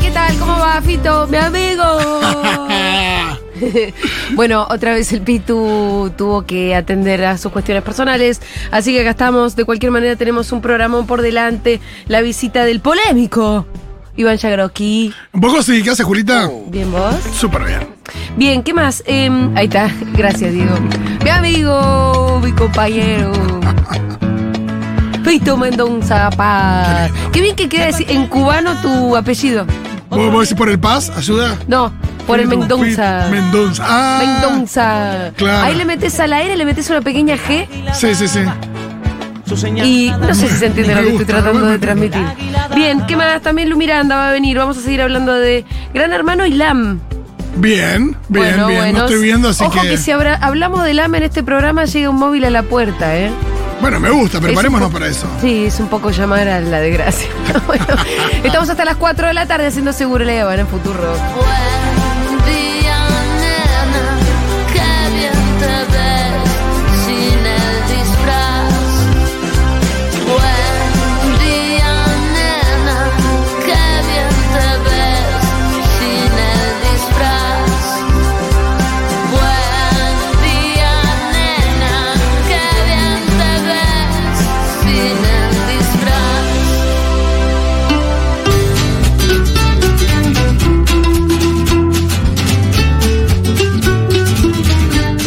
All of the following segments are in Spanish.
¿qué tal? ¿Cómo va, Fito? Mi amigo. bueno, otra vez el Pitu tuvo que atender a sus cuestiones personales, así que acá estamos. De cualquier manera, tenemos un programón por delante. La visita del polémico. Iván Yagroski. Un poco sí, ¿qué hace Julita? ¿Bien vos? Súper bien. Bien, ¿qué más? Eh, ahí está. Gracias, Diego. Mi amigo, mi compañero. Fito Mendonza Paz. Qué bien que queda decir en cubano tu apellido. ¿Vos, vos decís por el Paz? ¿Ayuda? No, por el Fito, Mendonza. Fit- Mendonza. Ah, Mendonza. Claro. Ahí le metes al aire, le metes una pequeña G Sí, sí, sí. y no sé si se entiende lo Me que estoy gusta, tratando me de gusta. transmitir. Bien, ¿qué más? También Lu Miranda va a venir. Vamos a seguir hablando de Gran Hermano y LAM. Bien, bien, bueno, bien. bueno. No estoy viendo, así Ojo que, si habrá- hablamos de LAM en este programa, llega un móvil a la puerta, ¿eh? Bueno, me gusta, Es preparémonos un para eso. Sí, es un poco llamar a la desgracia. bueno, estamos hasta las 4 de la tarde haciendo seguro le van en futuro. Buen día, nena, qué bien te ves sin el disfraz. Buen día, nena, qué bien te ves sin el disfraz. Buen día, nena, qué bien te ves sin el disfraz.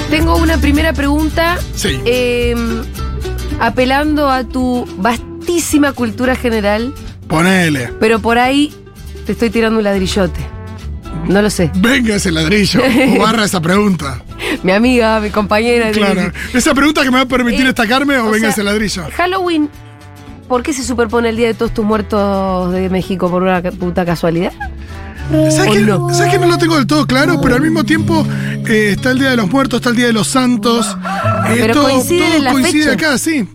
Tengo una primera pregunta. Sí. eh, apelando a tu vastísima cultura general, Ponele. pero por ahí te estoy tirando un ladrillote. No lo sé. Venga ese ladrillo. O barra esa pregunta. Mi amiga, mi compañera. Claro. Esa pregunta que me va a permitir Eh, destacarme o, o venga sea, ese ladrillo. Halloween, ¿por qué se superpone el Día de Todos Tus Muertos de México por una ca- puta casualidad? ¿Sabes o que, no. sabes que no lo tengo del todo claro? Pero al mismo tiempo eh, está el Día de los Muertos, está el Día de los Santos. Eh, Pero coinciden en las coincide fechas. acá, sí.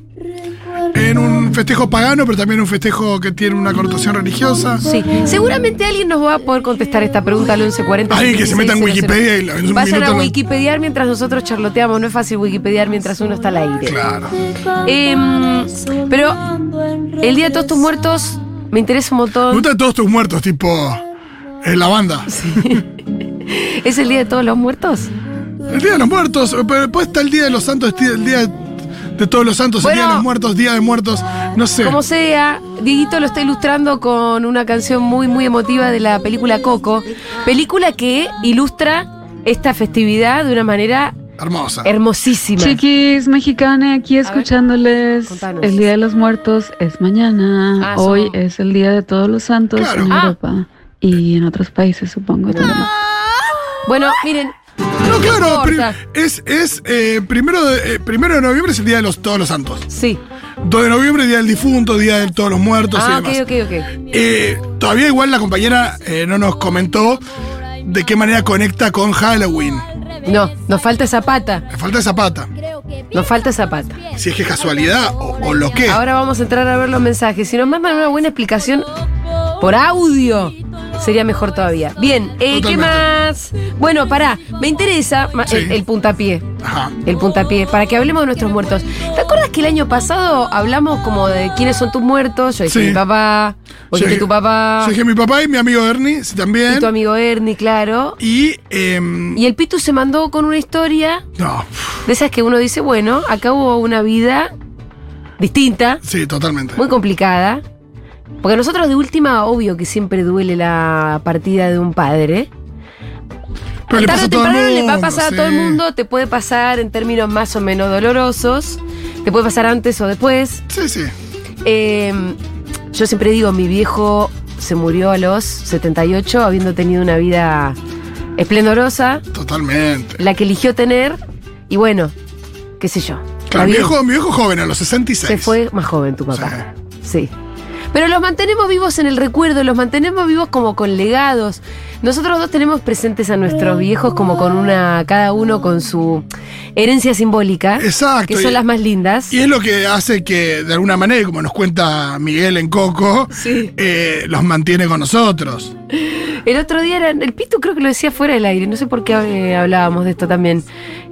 En un festejo pagano, pero también un festejo que tiene una connotación religiosa. Sí. Seguramente alguien nos va a poder contestar esta pregunta al 1140. Alguien que se meta en 6600. Wikipedia y la- en un Vayan minuto a lo- Wikipediar mientras nosotros charloteamos. No es fácil Wikipediar mientras uno está al aire. Claro. Em, pero el Día de Todos Tus Muertos me interesa un Me montón. gustan todos tus muertos, tipo. En la banda. ¿Es el Día de Todos los Muertos? El Día de los Muertos, eh, pero después está el Día de los Santos, el Día de todos los santos, el Bueno. Día de los Muertos, Día de Muertos, no sé. Como sea, Dieguito lo está ilustrando con una canción muy, muy emotiva de la película Coco. Película que ilustra esta festividad de una manera Hermosa. hermosísima. Chiquis, mexicana, aquí ver, escuchándoles. contanos. el Día de los Muertos es Ah, mañana. Hoy somos- es el Día de Todos los Santos Claro. en Ah. Europa y en otros países, supongo. también. Bueno, miren. No, claro, pri- importa. es, es eh, primero, de, eh, primero de noviembre es el Día de los Todos los Santos. Sí. 2 de noviembre, Día del Difunto, Día de Todos los Muertos y Ah, ok, demás. ok, ok. Eh, todavía igual la compañera eh, no nos comentó de qué manera conecta con Halloween. No, nos falta esa pata. Le falta esa pata. Nos falta esa pata. Si es que es casualidad o, o lo que. Ahora vamos a entrar a ver los mensajes. Si nos mandan una buena explicación por audio, sería mejor todavía. Bien, eh, ¿qué Totalmente. más? Bueno, pará, me interesa ma- Sí. el, el puntapié. Ajá. El puntapié, para que hablemos de nuestros muertos. ¿Te acuerdas que el año pasado hablamos como de quiénes son tus muertos? Yo dije Sí. mi papá, vos Yo dijiste dije- tu papá, Yo dije mi papá y mi amigo Ernie, sí, también. Ah. y tu amigo Ernie, claro. Y. em, Y el Pitu se mandó con una historia no, de esas que uno dice, bueno, acá hubo una vida distinta. sí, totalmente. muy complicada. Porque a nosotros de última, obvio que siempre duele la partida de un padre. Pero Tarde le pasa o a todo el temprano mundo. le va a pasar sí. a todo el mundo, te puede pasar en términos más o menos dolorosos, te puede pasar antes o después. Sí, sí. Eh, yo siempre digo, mi viejo se murió a los 78 habiendo tenido una vida esplendorosa, Totalmente. la que eligió tener, y bueno, qué sé yo. la Claro, mi vida- viejo, mi viejo joven, a los 66. Se fue más joven tu papá. Sí. Pero los mantenemos vivos en el recuerdo, los mantenemos vivos como con legados. Nosotros dos tenemos presentes a nuestros viejos como con una, cada uno con su herencia simbólica, Exacto. que son y- las más lindas. Y es lo que hace que, de alguna manera, y como nos cuenta Miguel en Coco, Sí. eh, los mantiene con nosotros. El otro día era, el Pitu creo que lo decía fuera del aire, no sé por qué eh, hablábamos de esto también,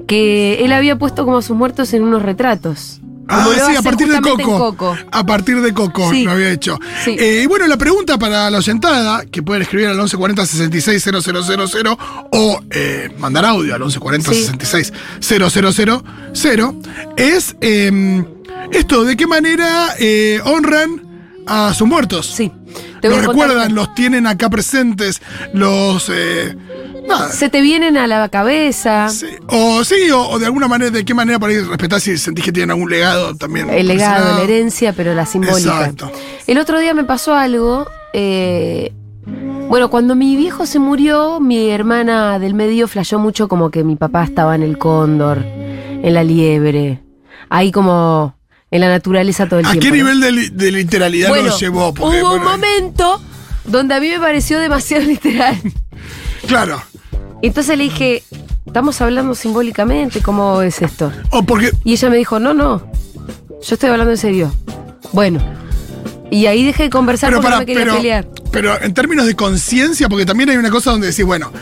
que él había puesto como a sus muertos en unos retratos. Como Ah, lo sí, a hacen partir de justamente en Coco. Coco. A partir de Coco Sí. lo había hecho. Sí. Eh, y bueno, la pregunta para la oyentada, que pueden escribir al 1140 66 000 o eh, mandar audio al 1140 Sí. 66 000, es eh, esto, ¿de qué manera eh, honran a sus muertos? Sí. Te voy Los a contar- recuerdan, los tienen acá presentes, los... eh, nada, Se te vienen a la cabeza. Sí, O sí, o, o de alguna manera, de qué manera por ahí respetás si sentís que tienen algún legado también. El legado, relacionado? la herencia, pero la simbólica. Exacto. El otro día me pasó algo. eh, bueno, cuando mi viejo se murió, mi hermana del medio flasheó mucho como que mi papá estaba en el cóndor, en la liebre, ahí como en la naturaleza todo el ¿A tiempo. qué ¿no? nivel de, li- de literalidad bueno, lo llevó? Porque, hubo un bueno, momento donde a mí me pareció demasiado literal. Claro. Entonces le dije, estamos hablando simbólicamente, ¿cómo es esto? O porque. Y ella me dijo, no, no, yo estoy hablando en serio. Bueno. Y ahí dejé de conversar Pero porque para, no me quería pero, pelear. pero en términos de conciencia, porque también hay una cosa donde decís, bueno,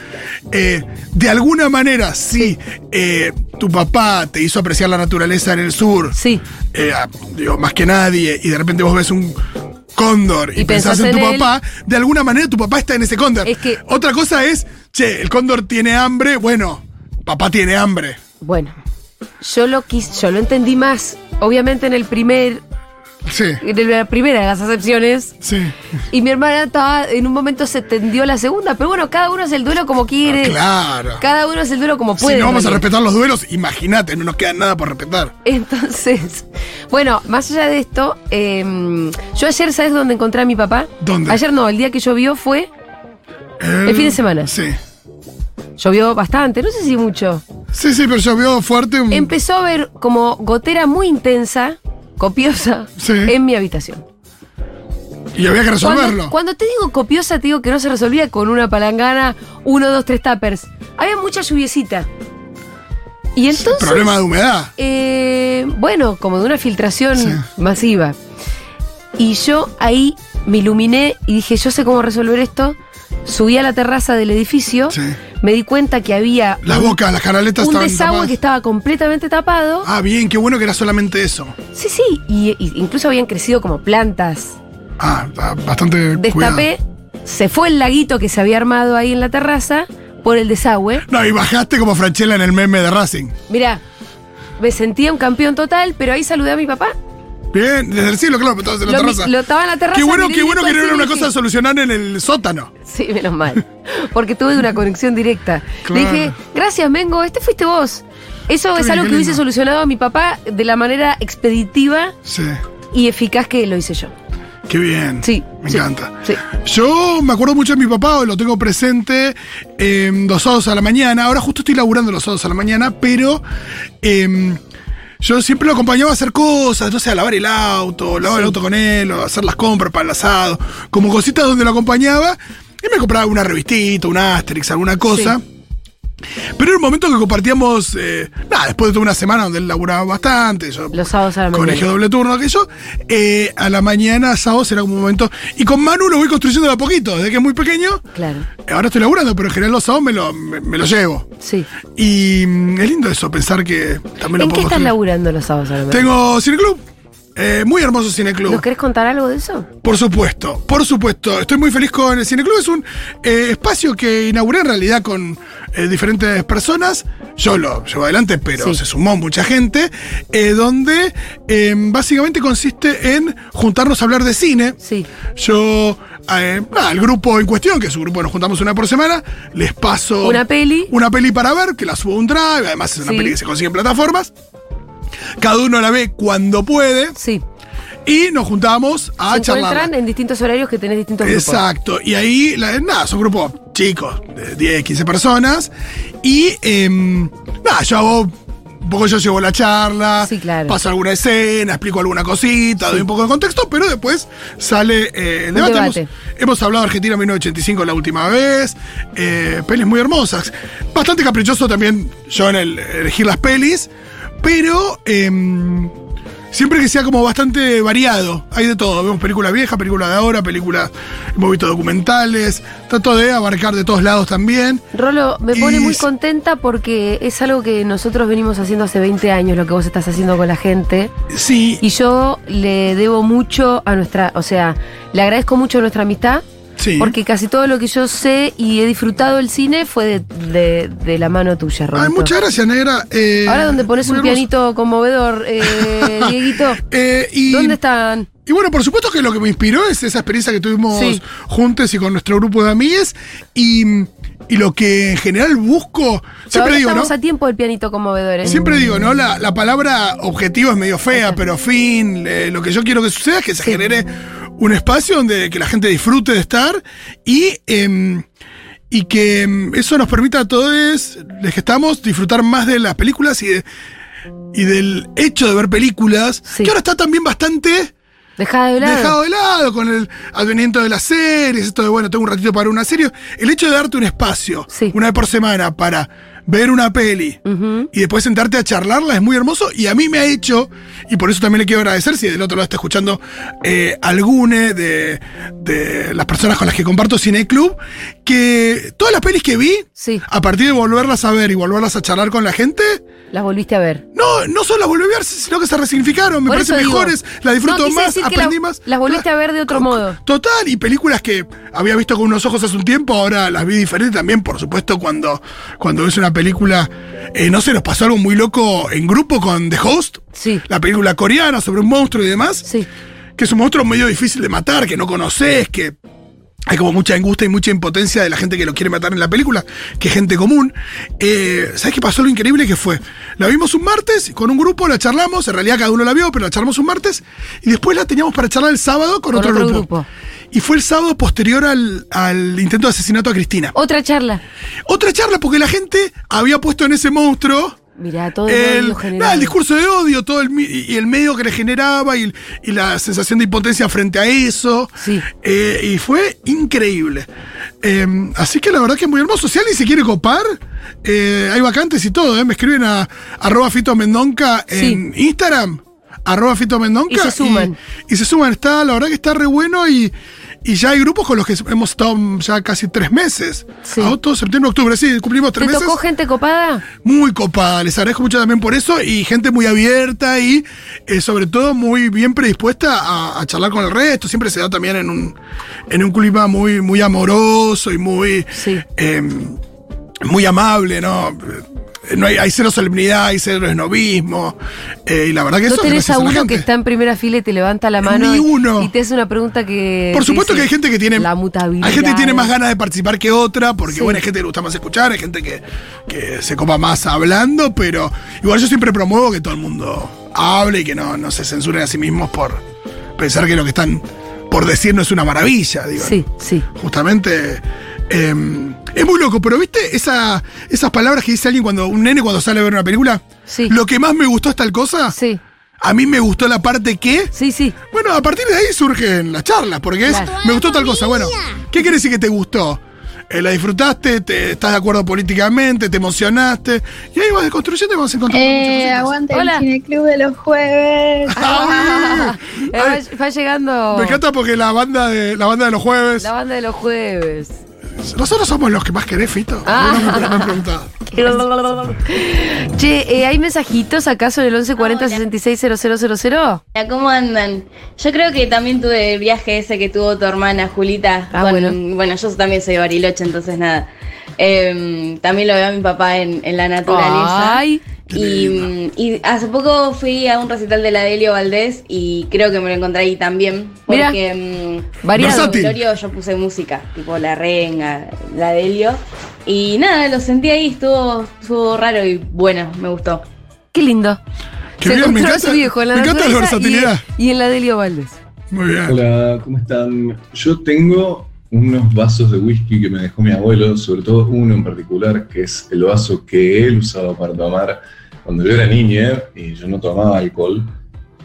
eh, de alguna manera, sí, eh, tu papá te hizo apreciar la naturaleza en el sur, Sí. eh, a- digo, más que nadie, y de repente vos ves un cóndor y, Y pensás, pensás en tu en él. papá, de alguna manera tu papá está en ese cóndor. Es que- Otra cosa es, che, el cóndor tiene hambre, bueno, papá tiene hambre. Bueno, yo lo quis, yo lo entendí más. Obviamente en el primer, Sí, en la primera de las acepciones. sí. Y mi hermana estaba, en un momento se tendió la segunda, pero bueno, cada uno es el duelo como quiere. Ah, Claro. Cada uno es el duelo como puede. si no vamos a Daniel. respetar los duelos, imagínate, no nos queda nada por respetar. Entonces, bueno, más allá de esto, em, yo ayer, ¿sabes dónde encontré a mi papá? ¿Dónde? Ayer no, el día que llovió fue, El fin de semana. Sí. llovió bastante, no sé si mucho. Sí, sí, pero llovió fuerte. un- Empezó a haber como gotera muy intensa, copiosa, Sí. en mi habitación. y había que resolverlo. Cuando, cuando te digo copiosa, te digo que no se resolvía con una palangana, uno, dos, tres tappers. Había mucha lluviecita. Y entonces. Problema de humedad. eh, bueno, como de una filtración Sí. masiva. Y yo ahí me iluminé y dije, yo sé cómo resolver esto. Subí a la terraza del edificio, Sí. me di cuenta que había Las bocas, las canaletas un estaban. desagüe tapadas. que estaba completamente tapado. Ah, bien, qué bueno que era solamente eso. Sí, sí, y- y incluso habían crecido como plantas Ah, ah, bastante. cuidado. destapé, se fue el laguito que se había armado ahí en la terraza por el desagüe. No, y bajaste como Franchella en el meme de Racing. Mirá, me sentía un campeón total, pero ahí saludé a mi papá. Bien, desde el cielo, claro, pero estabas en la Lo mi- terraza. lo estaba en la terraza, Qué bueno, miré qué el bueno que no coche era y una dije- cosa a solucionar en el sótano. Sí, menos mal. Porque tuve una conexión directa. Claro. Le dije, gracias, Mengo, este fuiste vos. Eso Qué es bien, algo qué que hubiese lindo. solucionado a mi papá de la manera expeditiva Sí. y eficaz que lo hice yo. Qué bien. Sí. Me sí, encanta. Sí. Yo me acuerdo mucho de mi papá, lo tengo presente em, los sábados a la mañana. Ahora justo estoy laburando los sábados a la mañana, pero em, yo siempre lo acompañaba a hacer cosas, no sé, a lavar el auto, lavar el auto con él, o hacer las compras para el asado, como cositas donde lo acompañaba. Y me compraba una revistita, un Asterix, alguna cosa. Pero era un momento que compartíamos, eh, nada, después de toda una semana donde él laburaba bastante, yo Los sábados a la mañana. colegio doble turno, aquello. Eh, a la mañana, sábado será como un momento. Y con Manu lo voy construyendo de a poquito, desde que es muy pequeño. Claro, Ahora estoy laburando, pero en general los sábados me lo, me, me lo llevo. sí. Y mm, es lindo eso, pensar que también lo ¿En puedo qué estás construir. laburando los sábados a la mañana? Tengo cineclub. Eh, muy hermoso cineclub. ¿Nos querés contar algo de eso? Por supuesto, por supuesto. Estoy muy feliz con el Cineclub. Es un eh, espacio que inauguré en realidad con eh, diferentes personas. Yo lo llevo adelante, pero Sí. se sumó mucha gente. eh, donde eh, básicamente consiste en juntarnos a hablar de cine. Sí. Yo, eh, al grupo en cuestión, que es un grupo que nos juntamos una por semana, les paso. Una peli. Una peli para ver, que la subo a un drive. Además, es una Sí. peli que se consigue en plataformas. Cada uno la ve cuando puede. Sí. Y nos juntamos a se charlar. encuentran en distintos horarios que tenés distintos grupos. Ah, Exacto. Y ahí, la- nada, son grupos chicos, de 10, 15 personas. Y em, nada, yo hago. Un poco yo llevo la charla, Sí, claro. paso alguna escena, explico alguna cosita, doy un poco de contexto, pero después sale eh, el Un debate. debate. Hemos, hemos hablado de Argentina 1985 la última vez, eh, pelis muy hermosas. Bastante caprichoso también yo en el elegir las pelis, pero em, Siempre que sea como bastante variado. Hay de todo. Vemos películas viejas, películas de ahora, películas. Hemos visto documentales. Trato de abarcar de todos lados también. Rolo, me Y pone muy s- contenta porque es algo que nosotros venimos haciendo hace 20 años, lo que vos estás haciendo con la gente. Sí, Y yo le debo mucho a nuestra, o sea, le agradezco mucho nuestra amistad, sí. porque casi todo lo que yo sé y he disfrutado del cine fue de, de- de la mano tuya, Rolo. Ay, muchas gracias, negra. Eh, Ahora donde pones muy un hermoso. pianito conmovedor, eh, Dieguito, Eh, y, ¿dónde están? Y bueno, por supuesto que lo que me inspiró es esa experiencia que tuvimos Sí. juntos y con nuestro grupo de amigues. Y, y lo que en general busco. Siempre Todavía digo, ¿no? estamos a tiempo del pianito conmovedor. ¿eh? Siempre digo, ¿no? La, la palabra objetivo es medio fea, pero fin, eh, lo que yo quiero que suceda es que se genere un espacio donde que la gente disfrute de estar y, em, y que em, eso nos permita a todos, los que estamos, disfrutar más de las películas y, de- y del hecho de ver películas, Sí. que ahora está también bastante Dejada de lado. dejado de lado con el advenimiento de las series, esto de, bueno, tengo un ratito para ver una serie. El hecho de darte un espacio, Sí. una vez por semana, para ver una peli Ujú. y después sentarte a charlarla es muy hermoso y a mí me ha hecho, y por eso también le quiero agradecer si del otro lado está escuchando eh, algune de, de las personas con las que comparto Cine Club, que todas las pelis que vi, Sí, a partir de volverlas a ver y volverlas a charlar con la gente, las volviste a ver. no, no solo las volví a ver, sino que se resignificaron, me Por parecen eso digo, mejores, las disfruto no, quise más, decir que aprendí la- más. Las volviste a ver de otro modo. Total, y películas que había visto con unos ojos hace un tiempo, ahora las vi diferente también, por supuesto, cuando, cuando ves una película, eh, no sé, nos pasó algo muy loco en grupo con The Host, Sí, la película coreana sobre un monstruo y demás, sí. que es un monstruo medio difícil de matar, que no conoces, que hay como mucha angustia y mucha impotencia de la gente que lo quiere matar en la película, que es gente común. Eh, ¿Sabes qué pasó? Lo increíble que fue. La vimos un martes con un grupo, la charlamos, en realidad cada uno la vio, pero la charlamos un martes, y después la teníamos para charlar el sábado con, Con otro, otro grupo. grupo. Y fue el sábado posterior al, al intento de asesinato a Cristina. Otra charla. Otra charla porque la gente había puesto en ese monstruo Mirá, todo el, el, odio nada, generado. el discurso de odio, todo el, mi- y el medio que le generaba y, y la sensación de impotencia frente a eso. Sí. Eh, y fue increíble. Eh, así que la verdad que es muy hermoso. Si alguien se quiere copar, eh, hay vacantes y todo. eh. Me escriben a arroba Fito Mendonca en Instagram. Arroba Fito Mendonca. Y se suman. Y, y se suman. Está, la verdad que está re bueno y, y ya hay grupos con los que hemos estado ya casi tres meses. Sí. Agosto, septiembre, octubre. Sí, cumplimos ¿Te tres meses tocó gente copada? muy copada. Les agradezco mucho también por eso y gente muy abierta y eh, sobre todo muy bien predispuesta a, a charlar con el resto. Siempre se da también en un, en un clima muy, muy amoroso y muy, Sí. eh, muy amable, ¿no? No hay, hay cero solemnidad, hay cero esnovismo. eh, y la verdad que ¿No eso es tenés gracias a la uno gente. que está en primera fila y te levanta la mano Ni y- uno. y te hace una pregunta que... Por supuesto Eh, dice, que hay gente que tiene. La mutabilidad. Hay gente que tiene más ganas de participar que otra, porque Sí. bueno, hay gente que le gusta más escuchar, hay gente que, que se copa más hablando, pero igual yo siempre promuevo que todo el mundo hable y que no, no se censuren a sí mismos por pensar que lo que están por decir no es una maravilla, digo. Sí, sí. Justamente. eh, es muy loco, pero ¿viste esa, esas palabras que dice alguien cuando un nene cuando sale a ver una película? Sí. Lo que más me gustó es tal cosa. Sí, A mí me gustó la parte que. sí, sí. Bueno, a partir de ahí surgen las charlas, porque es, Claro. me gustó tal cosa. Bueno, ¿qué quiere decir que te gustó? Eh, ¿La disfrutaste? ¿Te, ¿Estás de acuerdo políticamente? ¿Te emocionaste? Y ahí vas desconstruyendo y vas encontrando Eh, muchas cositas. aguante Hola. el cineclub de los jueves. Ah, va, va llegando Me encanta porque la banda de, la banda de los jueves. la banda de los jueves. Nosotros somos los que más querés, Fito. Ah. Algunos me han preguntado. Che, eh, ¿hay mensajitos acaso en el 1140 660000? Hola, ¿Cómo andan? Yo creo que también tuve el viaje ese que tuvo tu hermana Julita. Ah, con- bueno. yo también soy de Bariloche, entonces nada. Em, también lo veo a mi papá en, en la naturaleza. Ay, Y, mm, y hace poco fui a un recital de la Delio Valdés y creo que me lo encontré ahí también. Mirá. Porque mm, variado. Versátil. en el velorio yo puse música, tipo la renga, la Delio. Y nada, lo sentí ahí, estuvo, estuvo raro y bueno, me gustó. Qué lindo. Qué Se bien, me encontró a encanta- su viejo en la me encanta la naturaleza y- versatilidad. Y, en la Delio Valdés. Muy bien. Hola, ¿cómo están? Yo tengo unos vasos de whisky que me dejó mi abuelo, sobre todo uno en particular, que es el vaso que él usaba para tomar cuando yo era niña y yo no tomaba alcohol.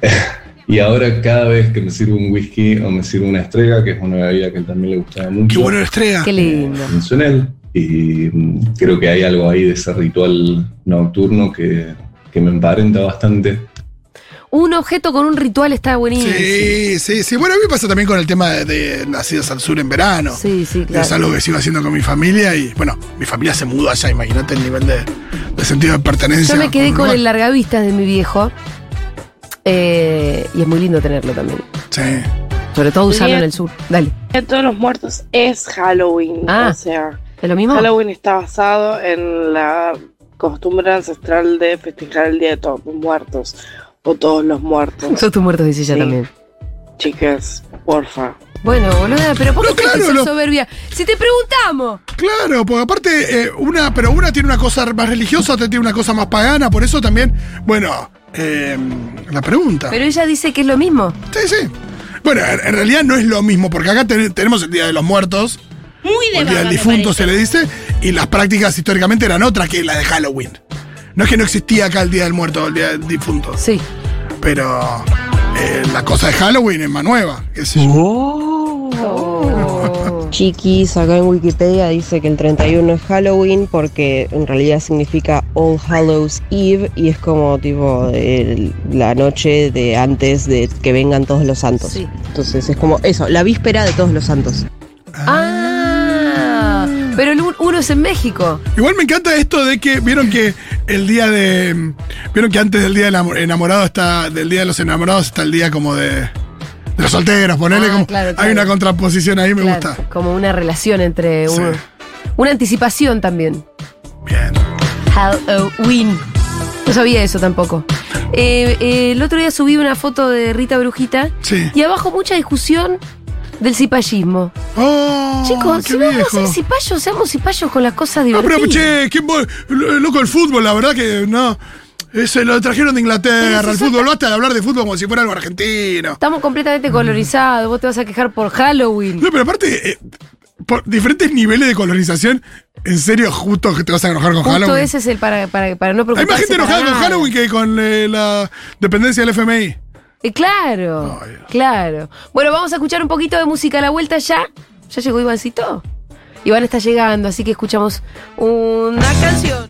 y ahora cada vez que me sirve un whisky o me sirve una estrega, que es una bebida que también le gustaba mucho, Qué bueno la estrella. Qué lindo. pienso en él. Y mm, creo que hay algo ahí de ese ritual nocturno que, que me emparenta bastante. un objeto con un ritual está buenísimo. Sí, sí, sí. Bueno, a mí me pasa también con el tema de, de las idas al sur en verano. Sí, sí, claro. Es algo que sigo haciendo con mi familia y, bueno, mi familia se mudó allá, imagínate el nivel de, de sentido de pertenencia. Yo me quedé un con lugar. el largavistas de mi viejo. Eh, y es muy lindo tenerlo también. Sí. Sobre todo usarlo Bien. en el sur. Dale. Día de todos los muertos es Halloween. Ah. O sea, ¿Es lo mismo? Halloween está basado en la costumbre ancestral de festejar el Día de Todos los Muertos. O todos los muertos. Sos tus muertos, dice ella Sí. también. Chicas, porfa. Bueno, boluda, pero ¿por qué No, tenés que claro, ser lo- soberbia? Si te preguntamos. Claro, porque aparte, eh, una, pero una tiene una cosa más religiosa, otra tiene una cosa más pagana, por eso también, bueno, eh, la pregunta. Pero ella dice que es lo mismo. Sí, sí. Bueno, en en realidad no es lo mismo, porque acá ten- tenemos el Día de los Muertos, Muy o de el Día vaga, del me Difunto parece. se le dice, y las prácticas históricamente eran otras que las de Halloween. No es que no existía acá el Día del Muerto o el Día del Difunto, Sí. pero eh, la cosa de Halloween es más nueva. qué sé yo. Oh. Chiquis, acá en Wikipedia dice que el 31 es Halloween porque en realidad significa All Hallows Eve y es como tipo el- la noche de antes de que vengan todos los santos. Sí. Entonces es como eso, la víspera de todos los santos. Ah. Pero el un- uno es en México. Igual me encanta esto de que vieron que el día de. Vieron que antes del día del amo- enamorado está. Del día de los enamorados está el día como de. de los solteros, ponele Ah, como. claro, claro. Hay una contraposición ahí, me Claro, gusta. Como una relación entre Sí. uno. Una anticipación también. Bien. Halloween. No sabía eso tampoco. Eh, eh, el otro día subí una foto de Rita Brujita Sí. y abajo mucha discusión del cipallismo. ¡Oh! Chicos, ¡Qué si vamos a viejo! ser cipayos, seamos cipayos con las cosas No, divertidas. pero che, ¿quién vos- lo- loco el fútbol, la verdad que no. Se lo trajeron de Pero Inglaterra, si el sos- fútbol. Basta de hablar de fútbol como si fuera algo argentino. Estamos completamente colorizados, vos te vas a quejar por Halloween. No, pero aparte, eh, por diferentes niveles de colonización, en serio, justo que te vas a enojar con Justo Halloween. ese es el para, para, para no Hay preocuparse. más gente para enojada con nada. Halloween que con eh, la dependencia del FMI. Eh, claro, Ay, Dios. claro. Bueno, vamos a escuchar un poquito de música a la vuelta ya. Ya llegó Ivancito. Iván está llegando, así que escuchamos una canción.